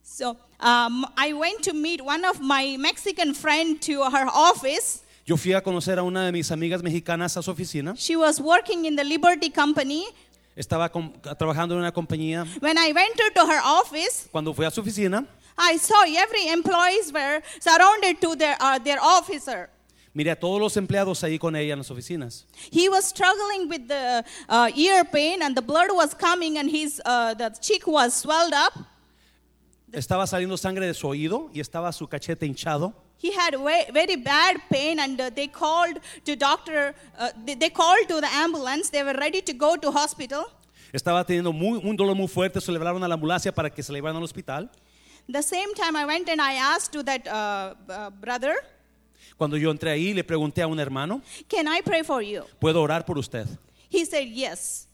C: So um, I went to meet one of my Mexican friend to her office.
B: Yo fui a conocer a una de mis amigas mexicanas a su oficina.
C: She was working in the Liberty Company.
B: Estaba com- trabajando en una compañía.
C: When I went into her office,
B: Cuando fui a su oficina,
C: I saw every employees were surrounded to their, uh, their officer.
B: miré a todos los empleados ahí con ella en las oficinas.
C: He was struggling with the uh, ear pain and the blood was coming and his uh, the cheek was swelled up.
B: Estaba saliendo sangre de su oído y estaba su cachete hinchado.
C: He had ve- very bad pain and uh, they called to doctor, uh, they, they called to the ambulance. They were ready to go to hospital.
B: Estaba teniendo muy- un dolor muy fuerte. Se le hablaron a la ambulancia para que se le llevaran al hospital.
C: The same time I went and I asked to that uh, uh, brother,
B: Cuando yo entré ahí, le pregunté a un hermano,
C: can I pray for you?
B: ¿puedo orar por usted?
C: He said yes.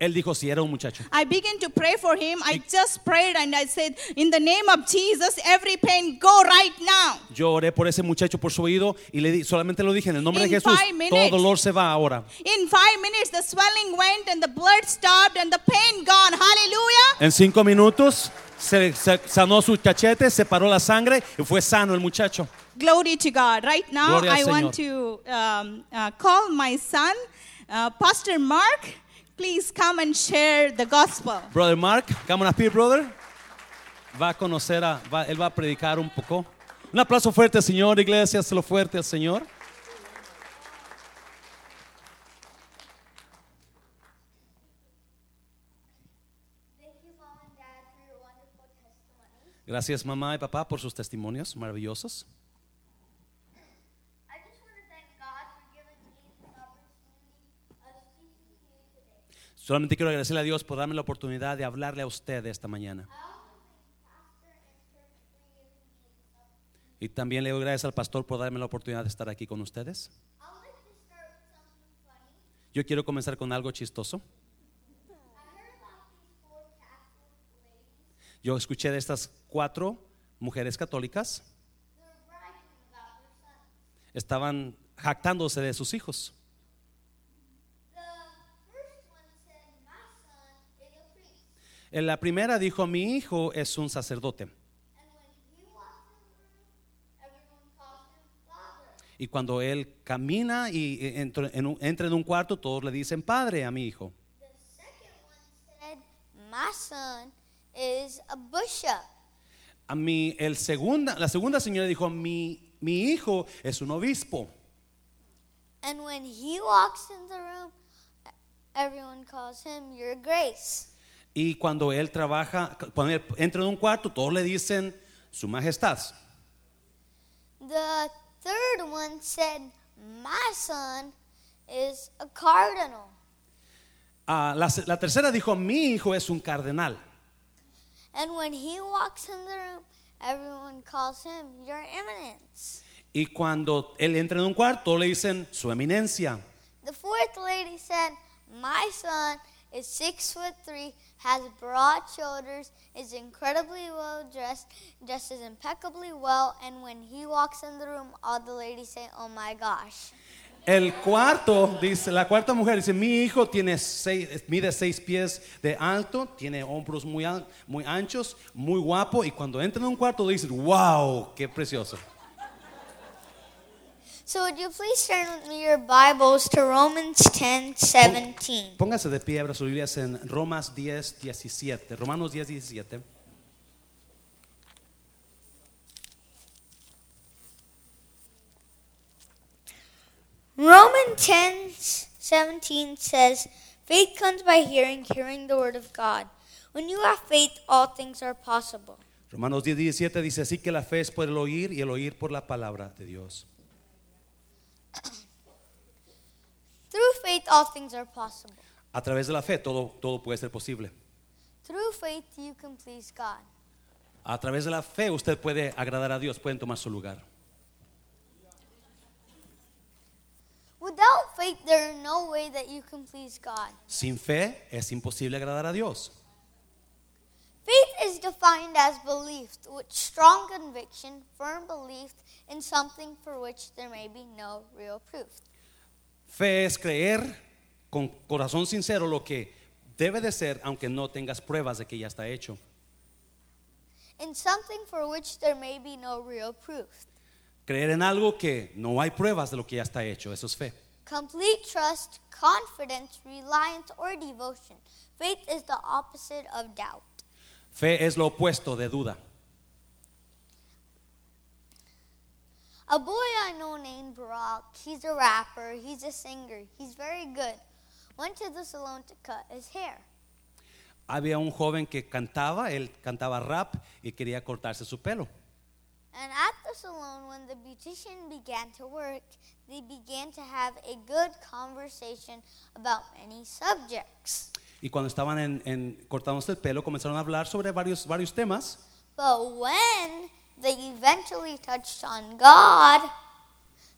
B: Él dijo, sí, era un muchacho.
C: I began to pray for him. I just prayed and I said, In the name of Jesus, every pain go right now.
B: Yo oré por ese muchacho por su oído y le di- solamente lo dije en el nombre de
C: In
B: Jesús,
C: five minutes.
B: todo dolor se va ahora.
C: In five minutes, the swelling went and the blood stopped and the pain gone. Hallelujah.
B: En cinco minutos se, se- sanó sus cachetes, se paró la sangre y fue sano el muchacho.
C: Glory to God. Right now,
B: Gloria al
C: I want to um, uh, call my son, uh, Pastor Mark. Please come and share the gospel.
B: Brother Mark, come on up here, brother. Va a conocer, a, va- él va a predicar un poco. Un aplauso fuerte, Señor, iglesia, hazlo fuerte al Señor.
D: Thank you, Mom and Dad, for your wonderful testimony.
B: Gracias mamá y papá por sus testimonios maravillosos.
D: I just want to thank God for giving me this opportunity of speaking to you today.
B: Solamente quiero agradecerle a Dios por darme la oportunidad de hablarle a usted esta mañana.
D: I also thank Pastor and Church for giving me this opportunity.
B: Y también le doy gracias al pastor por darme la oportunidad de estar aquí con ustedes.
D: I would like to start with something funny.
B: Yo quiero comenzar con algo chistoso.
D: I heard about these four Catholic ladies.
B: Yo escuché de estas cuatro mujeres católicas,
D: They're bragging about their sons.
B: estaban jactándose de sus hijos.
D: The first one said, My son is a priest.
B: En La primera dijo, mi hijo es un sacerdote.
D: And when he walks in the room, everyone calls him Father.
B: Y cuando él camina y eh, entra en un, entra en un cuarto, todos le dicen, padre a mi hijo.
D: The second one said, My son is a bishop.
B: A mí, el segunda, la segunda señora dijo, mi, mi hijo es un obispo.
D: And when he walks in the room, everyone calls him Your Grace.
B: Y cuando él trabaja, cuando él entra en un cuarto, todos le dicen, su majestad.
D: The third one said, My son is a cardinal.
B: Ah, la, la tercera dijo, mi hijo es un cardenal.
D: And when he walks in the room, everyone calls him Your Eminence.
B: Y cuando él entra en un cuarto, le dicen su eminencia.
D: The fourth lady said, My son is six foot three, has broad shoulders, is incredibly well dressed, dresses impeccably well, and when he walks in the room, all the ladies say, Oh my gosh.
B: El cuarto, dice, la cuarta mujer dice, mi hijo tiene seis, mide seis pies de alto, tiene hombros muy, al- muy anchos, muy guapo, y cuando entra en un cuarto dice, wow, qué precioso.
D: So would you please turn with me your Bibles to Romans 10 17.
B: Póngase de pie, abra sus Biblias en Romanos 10, 17. Romanos 10, 17.
D: Romans 10 17 says, Faith comes by hearing, hearing the word of God. When you have faith, all things are possible.
B: Romanos 10, 17 dice, así que la fe es por el oír y el oír por la palabra de Dios.
D: Through faith, all things are possible.
B: A través de la fe todo, todo puede ser posible.
D: Through faith, you can please God.
B: A través de la fe usted puede agradar a Dios, pueden tomar su lugar.
D: Without faith, there is no way that you can please God.
B: Sin fe es imposible agradar a Dios.
D: Faith is defined as belief, with strong conviction, firm belief in something for which there may be no real proof.
B: Fe es creer con corazón sincero lo que debe de ser, aunque no tengas pruebas de que ya está hecho.
D: In something for which there may be no real proof.
B: Creer en algo que no hay pruebas de lo que ya está hecho, eso es fe.
D: Complete trust, confidence, reliance, or devotion. Faith is the opposite of doubt.
B: Fe es lo opuesto de duda.
D: A boy I know named Barack, he's a rapper, he's a singer, he's very good. Went to the salon to cut his hair.
B: Había un joven que cantaba, él cantaba rap y quería cortarse su pelo.
D: And at the salon, when the beautician began to work, they began to have a good conversation about many subjects.
B: Y cuando estaban en, en- cortándose el pelo, comenzaron a hablar sobre varios, varios temas.
D: But when they eventually touched on God,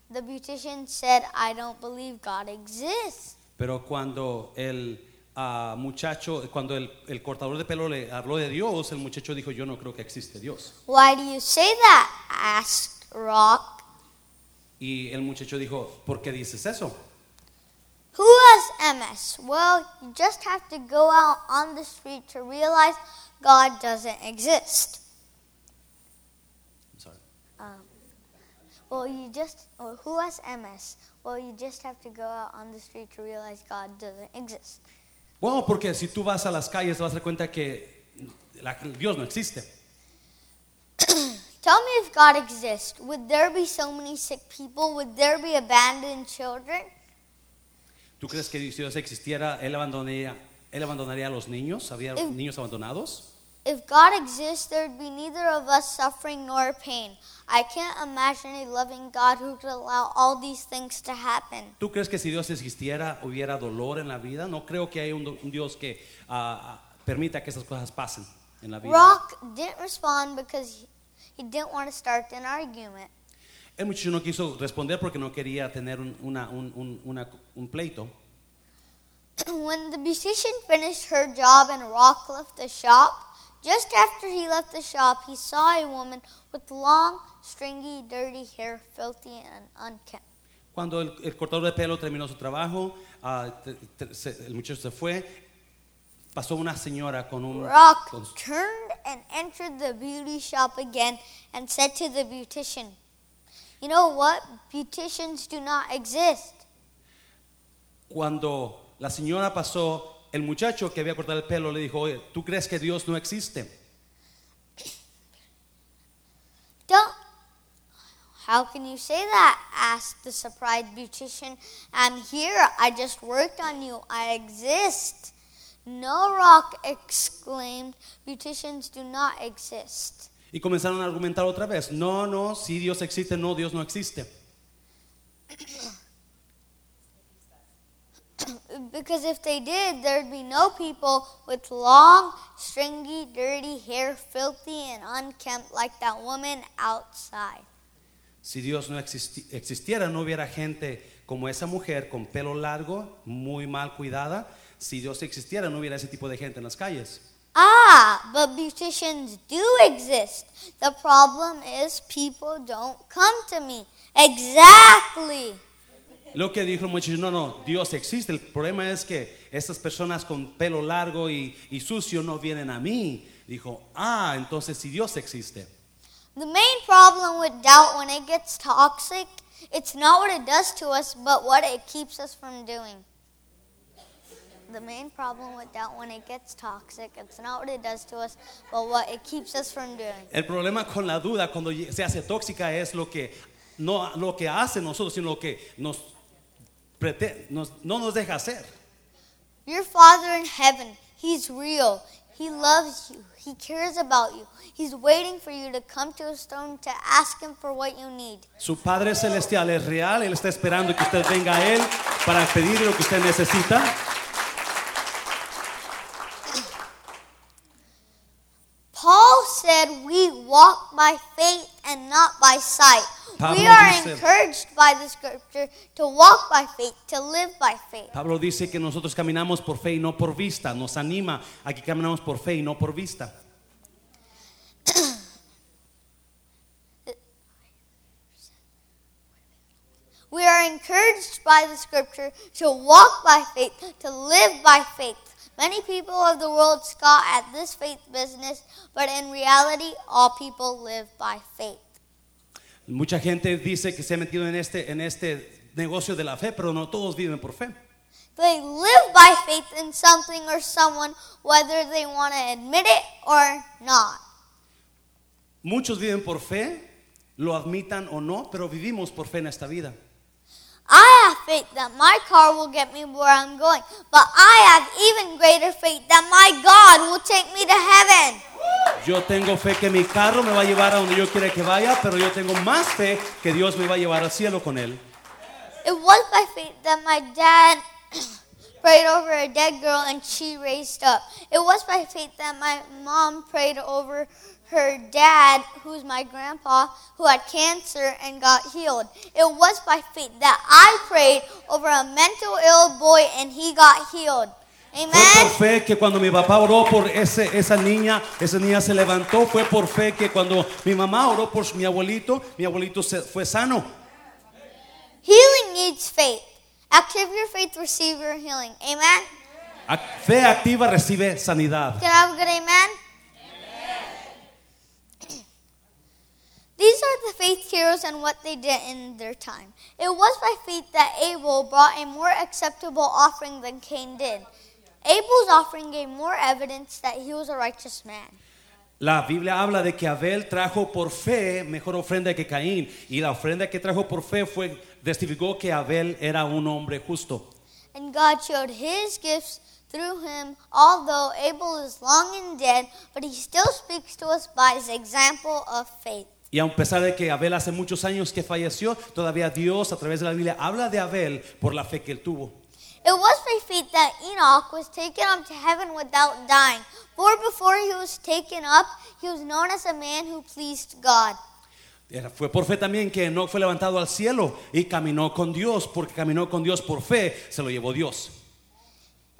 D: the beautician said, I don't believe God exists.
B: Pero cuando el ah, muchacho, cuando el, el cortador de pelo le habló de Dios, el muchacho dijo, yo no creo que existe Dios.
D: Why do you say that? asked Rock.
B: Y el muchacho dijo, ¿por qué dices eso?
D: Who has MS? Well, you just have to go out on the street to realize God doesn't exist. Um,
B: I'm sorry.
D: Well, you just, well, who has MS? Well, you just have to go out on the street to realize God doesn't exist.
B: Bueno, porque si tú vas a las calles te vas a dar cuenta que la- Dios no existe.
D: Tell me if God exists. Would there be so many sick people? Would there be abandoned children?
B: ¿Tú crees que si Dios existiera, Él abandonaría, él abandonaría a los niños? ¿Había
D: Eh.
B: niños abandonados?
D: If God exists, there'd be neither of us suffering nor pain. I can't imagine a loving God who could allow all these things to happen.
B: ¿Tú crees que si Dios existiera hubiera dolor en la vida? No creo que haya un, do- un Dios que ah, ah, permita que esas cosas pasen en la vida.
D: Rock didn't respond because he- he didn't want to start an argument.
B: El muchacho no quiso responder porque no quería tener un, una- un- un- una- un pleito.
D: when the beautician finished her job and Rock left the shop, just after he left the shop, he saw a woman with long, stringy, dirty hair, filthy and unkempt.
B: Cuando el, el cortador de pelo terminó su trabajo, ah, te- te- se- el muchacho se fue. Pasó una señora con un.
D: Rock
B: con-
D: turned and entered the beauty shop again and said to the beautician, You know what? Beauticians do not exist.
B: cuando la señora pasó, el muchacho que había cortado el pelo le dijo: Oye, ¿tú crees que Dios no existe?
D: Don't. How can you say that? asked the surprised beautician. I'm here. I just worked on you. I exist. No, Rock exclaimed. Beauticians do not exist.
B: Y comenzaron a argumentar otra vez: No, no, si Dios existe, no, Dios no existe.
D: because if they did, there'd be no people with long, stringy, dirty hair, filthy and unkempt like that woman outside.
B: Si Dios no existi- existiera, no hubiera gente como esa mujer con pelo largo, muy mal cuidada. Si Dios existiera, no hubiera ese tipo de gente en las calles.
D: Ah, but beauticians do exist. The problem is people don't come to me. Exactly.
B: Lo que dijo el muchacho, no, no, Dios existe. El problema es que estas personas con pelo largo y, y sucio no vienen a mí. Dijo, ah, entonces si Dios existe.
D: The main problem with doubt when it gets toxic, it's not what it does to us, but what it keeps us from doing. The main problem with doubt when it gets toxic, it's not what it does to us, but what it keeps us from doing.
B: El problema con la duda cuando lle- se hace tóxica es lo que no lo que hace nosotros, sino lo que nos, prete- nos- no nos deja hacer.
D: Your Father in heaven, He's real. He loves you. He cares about you. He's waiting for you to come to His throne to ask Him for what you need.
B: Su Padre Celestial es real, Él está esperando que usted venga a Él para pedir lo que usted necesita.
D: Paul said we walk by faith and not by sight.
B: Pablo
D: we are
B: dice-
D: encouraged by the scripture to walk by faith, to live by faith.
B: Pablo dice que nosotros caminamos por fe y no por vista. Nos anima a que caminamos por fe y no por vista.
D: We are encouraged by the scripture to walk by faith, to live by faith. Many people of the world scoff at this faith business, but in reality, all people live by faith.
B: Mucha gente dice que se ha metido en este, en este negocio de la fe, pero no todos viven por fe.
D: They live by faith in something or someone, whether they want to admit it or not.
B: Muchos viven por fe, lo admitan o no, pero vivimos por fe en esta vida.
D: I have faith that my car will get me where I'm going, but I have even greater faith that my God will take me to heaven.
B: Yo tengo fe que mi carro me va a llevar a donde yo quiera que vaya, pero yo tengo más fe que Dios me va a llevar al cielo con él.
D: It was by faith that my dad prayed over a dead girl and she raised up. It was by faith that my mom prayed over her dad, who's my grandpa, who had cancer and got healed. It was by faith that I prayed over a mental ill boy and he got healed.
B: Fue
D: Amen.
B: por fe que cuando mi papá oró por ese, esa niña, esa niña se levantó. Fue por fe que cuando mi mamá oró por mi abuelito, mi abuelito se, fue sano.
D: Healing needs faith. Active your faith, receive your healing. Amen.
B: Ac- Fe activa recibe sanidad.
D: Can I have a good amen? These are the faith heroes and what they did in their time. It was by faith that Abel brought a more acceptable offering than Cain did. Abel's offering gave more evidence that he was a righteous man.
B: La Biblia habla de que Abel trajo por fe mejor ofrenda que Caín y la ofrenda que trajo por fe fue testificó que Abel era un hombre justo.
D: And God showed his gifts through him, although Abel is long and dead, but he still speaks to us by his example of faith.
B: Y a pesar de que Abel hace muchos años que falleció, todavía Dios a través de la Biblia habla de Abel por la fe que él tuvo.
D: It was by faith that Enoch was taken up to heaven without dying. For before he was taken up, he was known as a man who pleased God.
B: Era- Fue por fe también que no fue levantado al cielo y caminó con Dios, porque caminó con Dios por fe, se lo llevó Dios.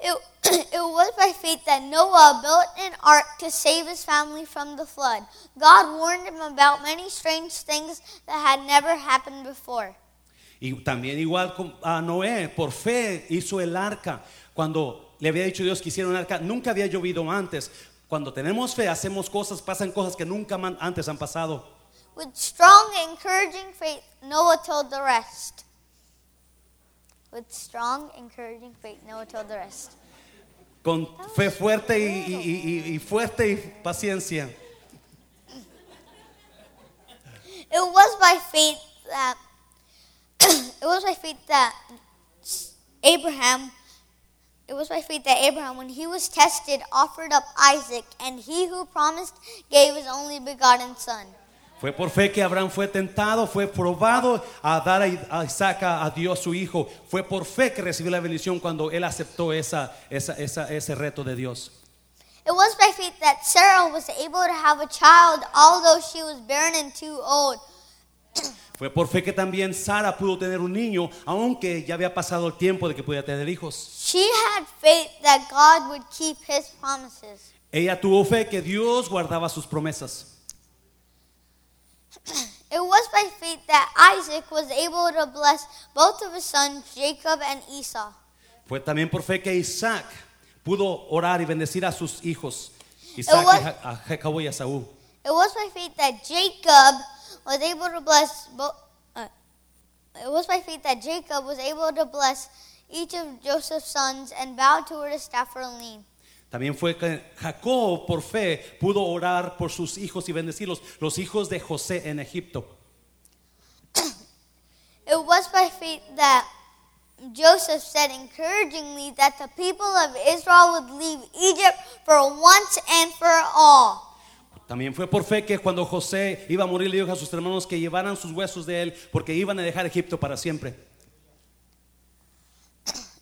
D: It, it was by faith that Noah built an ark to save his family from the flood. God warned him about many strange things that had never happened before.
B: Y también igual con- a Noé, por fe hizo el arca. Cuando le había dicho Dios que hiciera un arca, nunca había llovido antes. Cuando tenemos fe, hacemos cosas, pasan cosas que nunca man- antes han pasado.
D: With strong, encouraging faith, Noah told the rest. With strong, encouraging faith, Noah told the rest.
B: Con fe fuerte y, y- y- y fuerte y paciencia.
D: It was by faith that it was by faith that Abraham it was by faith that Abraham when he was tested offered up Isaac and he who promised gave his only begotten son.
B: Fue por fe que Abraham fue tentado, fue probado a dar a Isaac a a Dios su hijo. Fue por fe que recibió la bendición cuando él aceptó esa, esa- esa- ese reto de Dios.
D: It was by faith that Sarah was able to have a child, although she was barren and too old.
B: Fue por fe que también Sara pudo tener un niño, aunque ya había pasado el tiempo de que pudiera tener hijos.
D: She had faith that God would keep his promises.
B: Ella tuvo fe que Dios guardaba sus promesas.
D: It was by faith that Isaac was able to bless both of his sons, Jacob and Esau.
B: Fue también por fe que Isaac pudo orar y bendecir a sus hijos, Isaac y
D: what-
B: Ja- a Jacobo y a Saúl.
D: It was by faith that Jacob was able to bless both. Uh, it was by faith that Jacob was able to bless each of Joseph's sons and bowed toward his staff or lean.
B: También fue que Jacob, por fe, pudo orar por sus hijos y bendecirlos, los hijos de José en Egipto.
D: It was by faith that Joseph said encouragingly that the people of Israel would leave Egypt for once and for all.
B: También fue por fe que cuando José iba a morir, le dijo a sus hermanos que llevaran sus huesos de él, porque iban a dejar Egipto para siempre.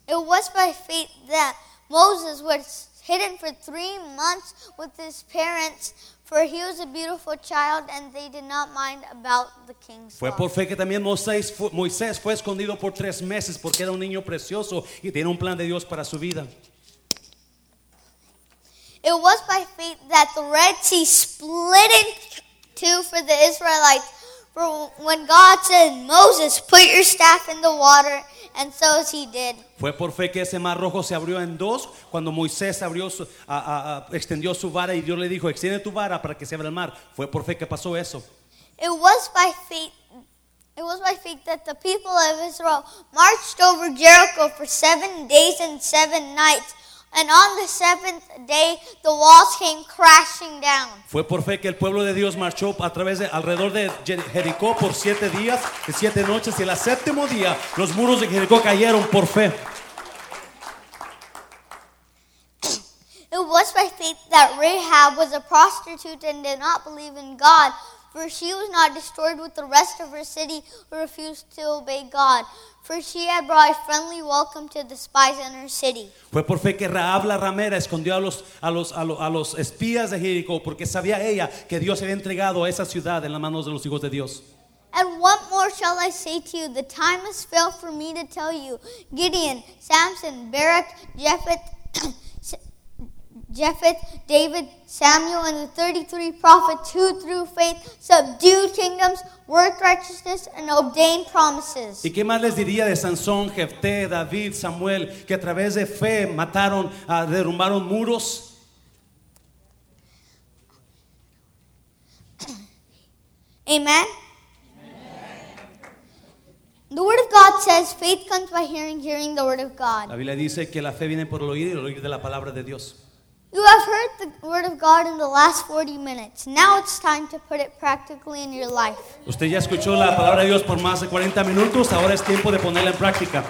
D: It was by faith that Moses was hidden for three months with his parents, for he was a beautiful child and they did not mind about the king's
B: Fue
D: law.
B: por fe que también Moisés fue, Moisés fue escondido por tres meses porque era un niño precioso y tenía un plan de Dios para su vida.
D: It was by faith that the Red Sea split in two for the Israelites. For when God said, Moses, put your staff in the water, and so as he did.
B: Fue por fe que ese mar rojo se abrió en dos cuando Moisés abrió su- a- a- a- extendió su vara y Dios le dijo, extiende tu vara para que se abra el mar. Fue por fe que pasó eso.
D: It was by faith. It was by faith that the people of Israel marched over Jericho for seven days and seven nights. And on the seventh day, the walls came crashing down.
B: Fue por fe que el pueblo de Dios marchó a través de alrededor de Jer- Jericó por siete días y siete noches y el séptimo día los muros de Jericó cayeron por fe.
D: It was by faith that Rahab was a prostitute and did not believe in God, for she was not destroyed with the rest of her city who refused to obey God, for she had brought a friendly welcome to the spies in her city.
B: Fue por fe que Raab la ramera escondió a los, a los, a lo- a los espías de Jericó porque sabía ella que Dios había entregado a esa ciudad en las manos de los hijos de Dios.
D: And what more shall I say to you? The time has failed for me to tell you. Gideon, Samson, Barak, Jephthah, Jephthah, David, Samuel, and the 33 prophets who through faith subdued kingdoms, worked righteousness, and obtained promises.
B: ¿Y qué más les diría de Sansón, Jefté, David, Samuel, que a través de fe mataron, ah, derrumbaron muros?
D: Amen? The Word of God says faith comes by hearing, hearing the Word of
B: La
D: God.
B: Biblia dice que la fe viene por el oír y el oír de la palabra de Dios.
D: You have heard the Word of God in the last 40 minutes. Now it's time to put it practically in your life.
B: Usted ya escuchó la palabra de Dios por más de 40 minutos, ahora es tiempo de ponerla en práctica.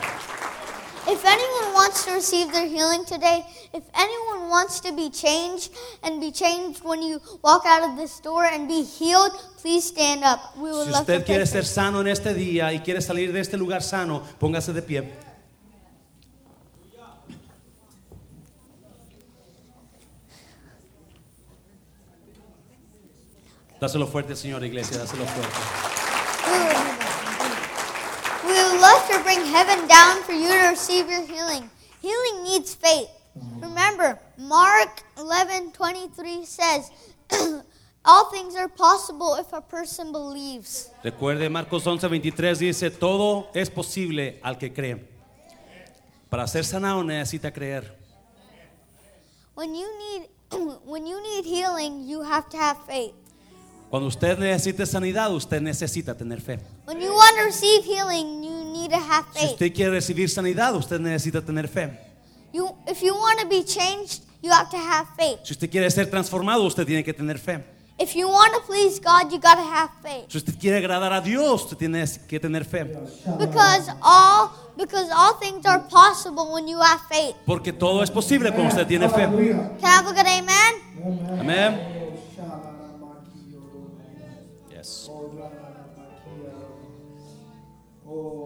D: If anyone wants to receive their healing today, if anyone wants to be changed and be changed when you walk out of this door and be healed, please stand up. We would
B: Si
D: love to
B: usted
D: pray.
B: quiere
D: for you.
B: ser sano en este día y quiere salir de este lugar sano, póngase de pie. Dáselo fuerte, Señor Iglesia, dáselo fuerte.
D: We would- We would love to bring heaven down for you to receive your healing. Healing needs faith. Remember, Mark 11 23 says, All things are possible if a person believes.
B: Recuerde, Marcos 11, 23 dice, todo es posible al que cree. Para ser sanado necesita creer.
D: When you need when you need healing, you have to have faith.
B: Cuando usted necesite sanidad, usted necesita tener fe.
D: When you want to receive healing, you need to have
B: Si
D: faith.
B: usted quiere recibir sanidad, usted necesita tener fe.
D: You if you want to be changed, you have to have faith.
B: Si usted quiere ser transformado, usted tiene que tener fe.
D: If you want to please God, you got to have faith.
B: Si usted quiere agradar a Dios, usted tiene que tener fe.
D: Because all because all things are possible when you have faith.
B: Porque todo es posible cuando usted tiene fe.
D: Can I have a good amen?
B: Amén. Yes.
A: Jesus.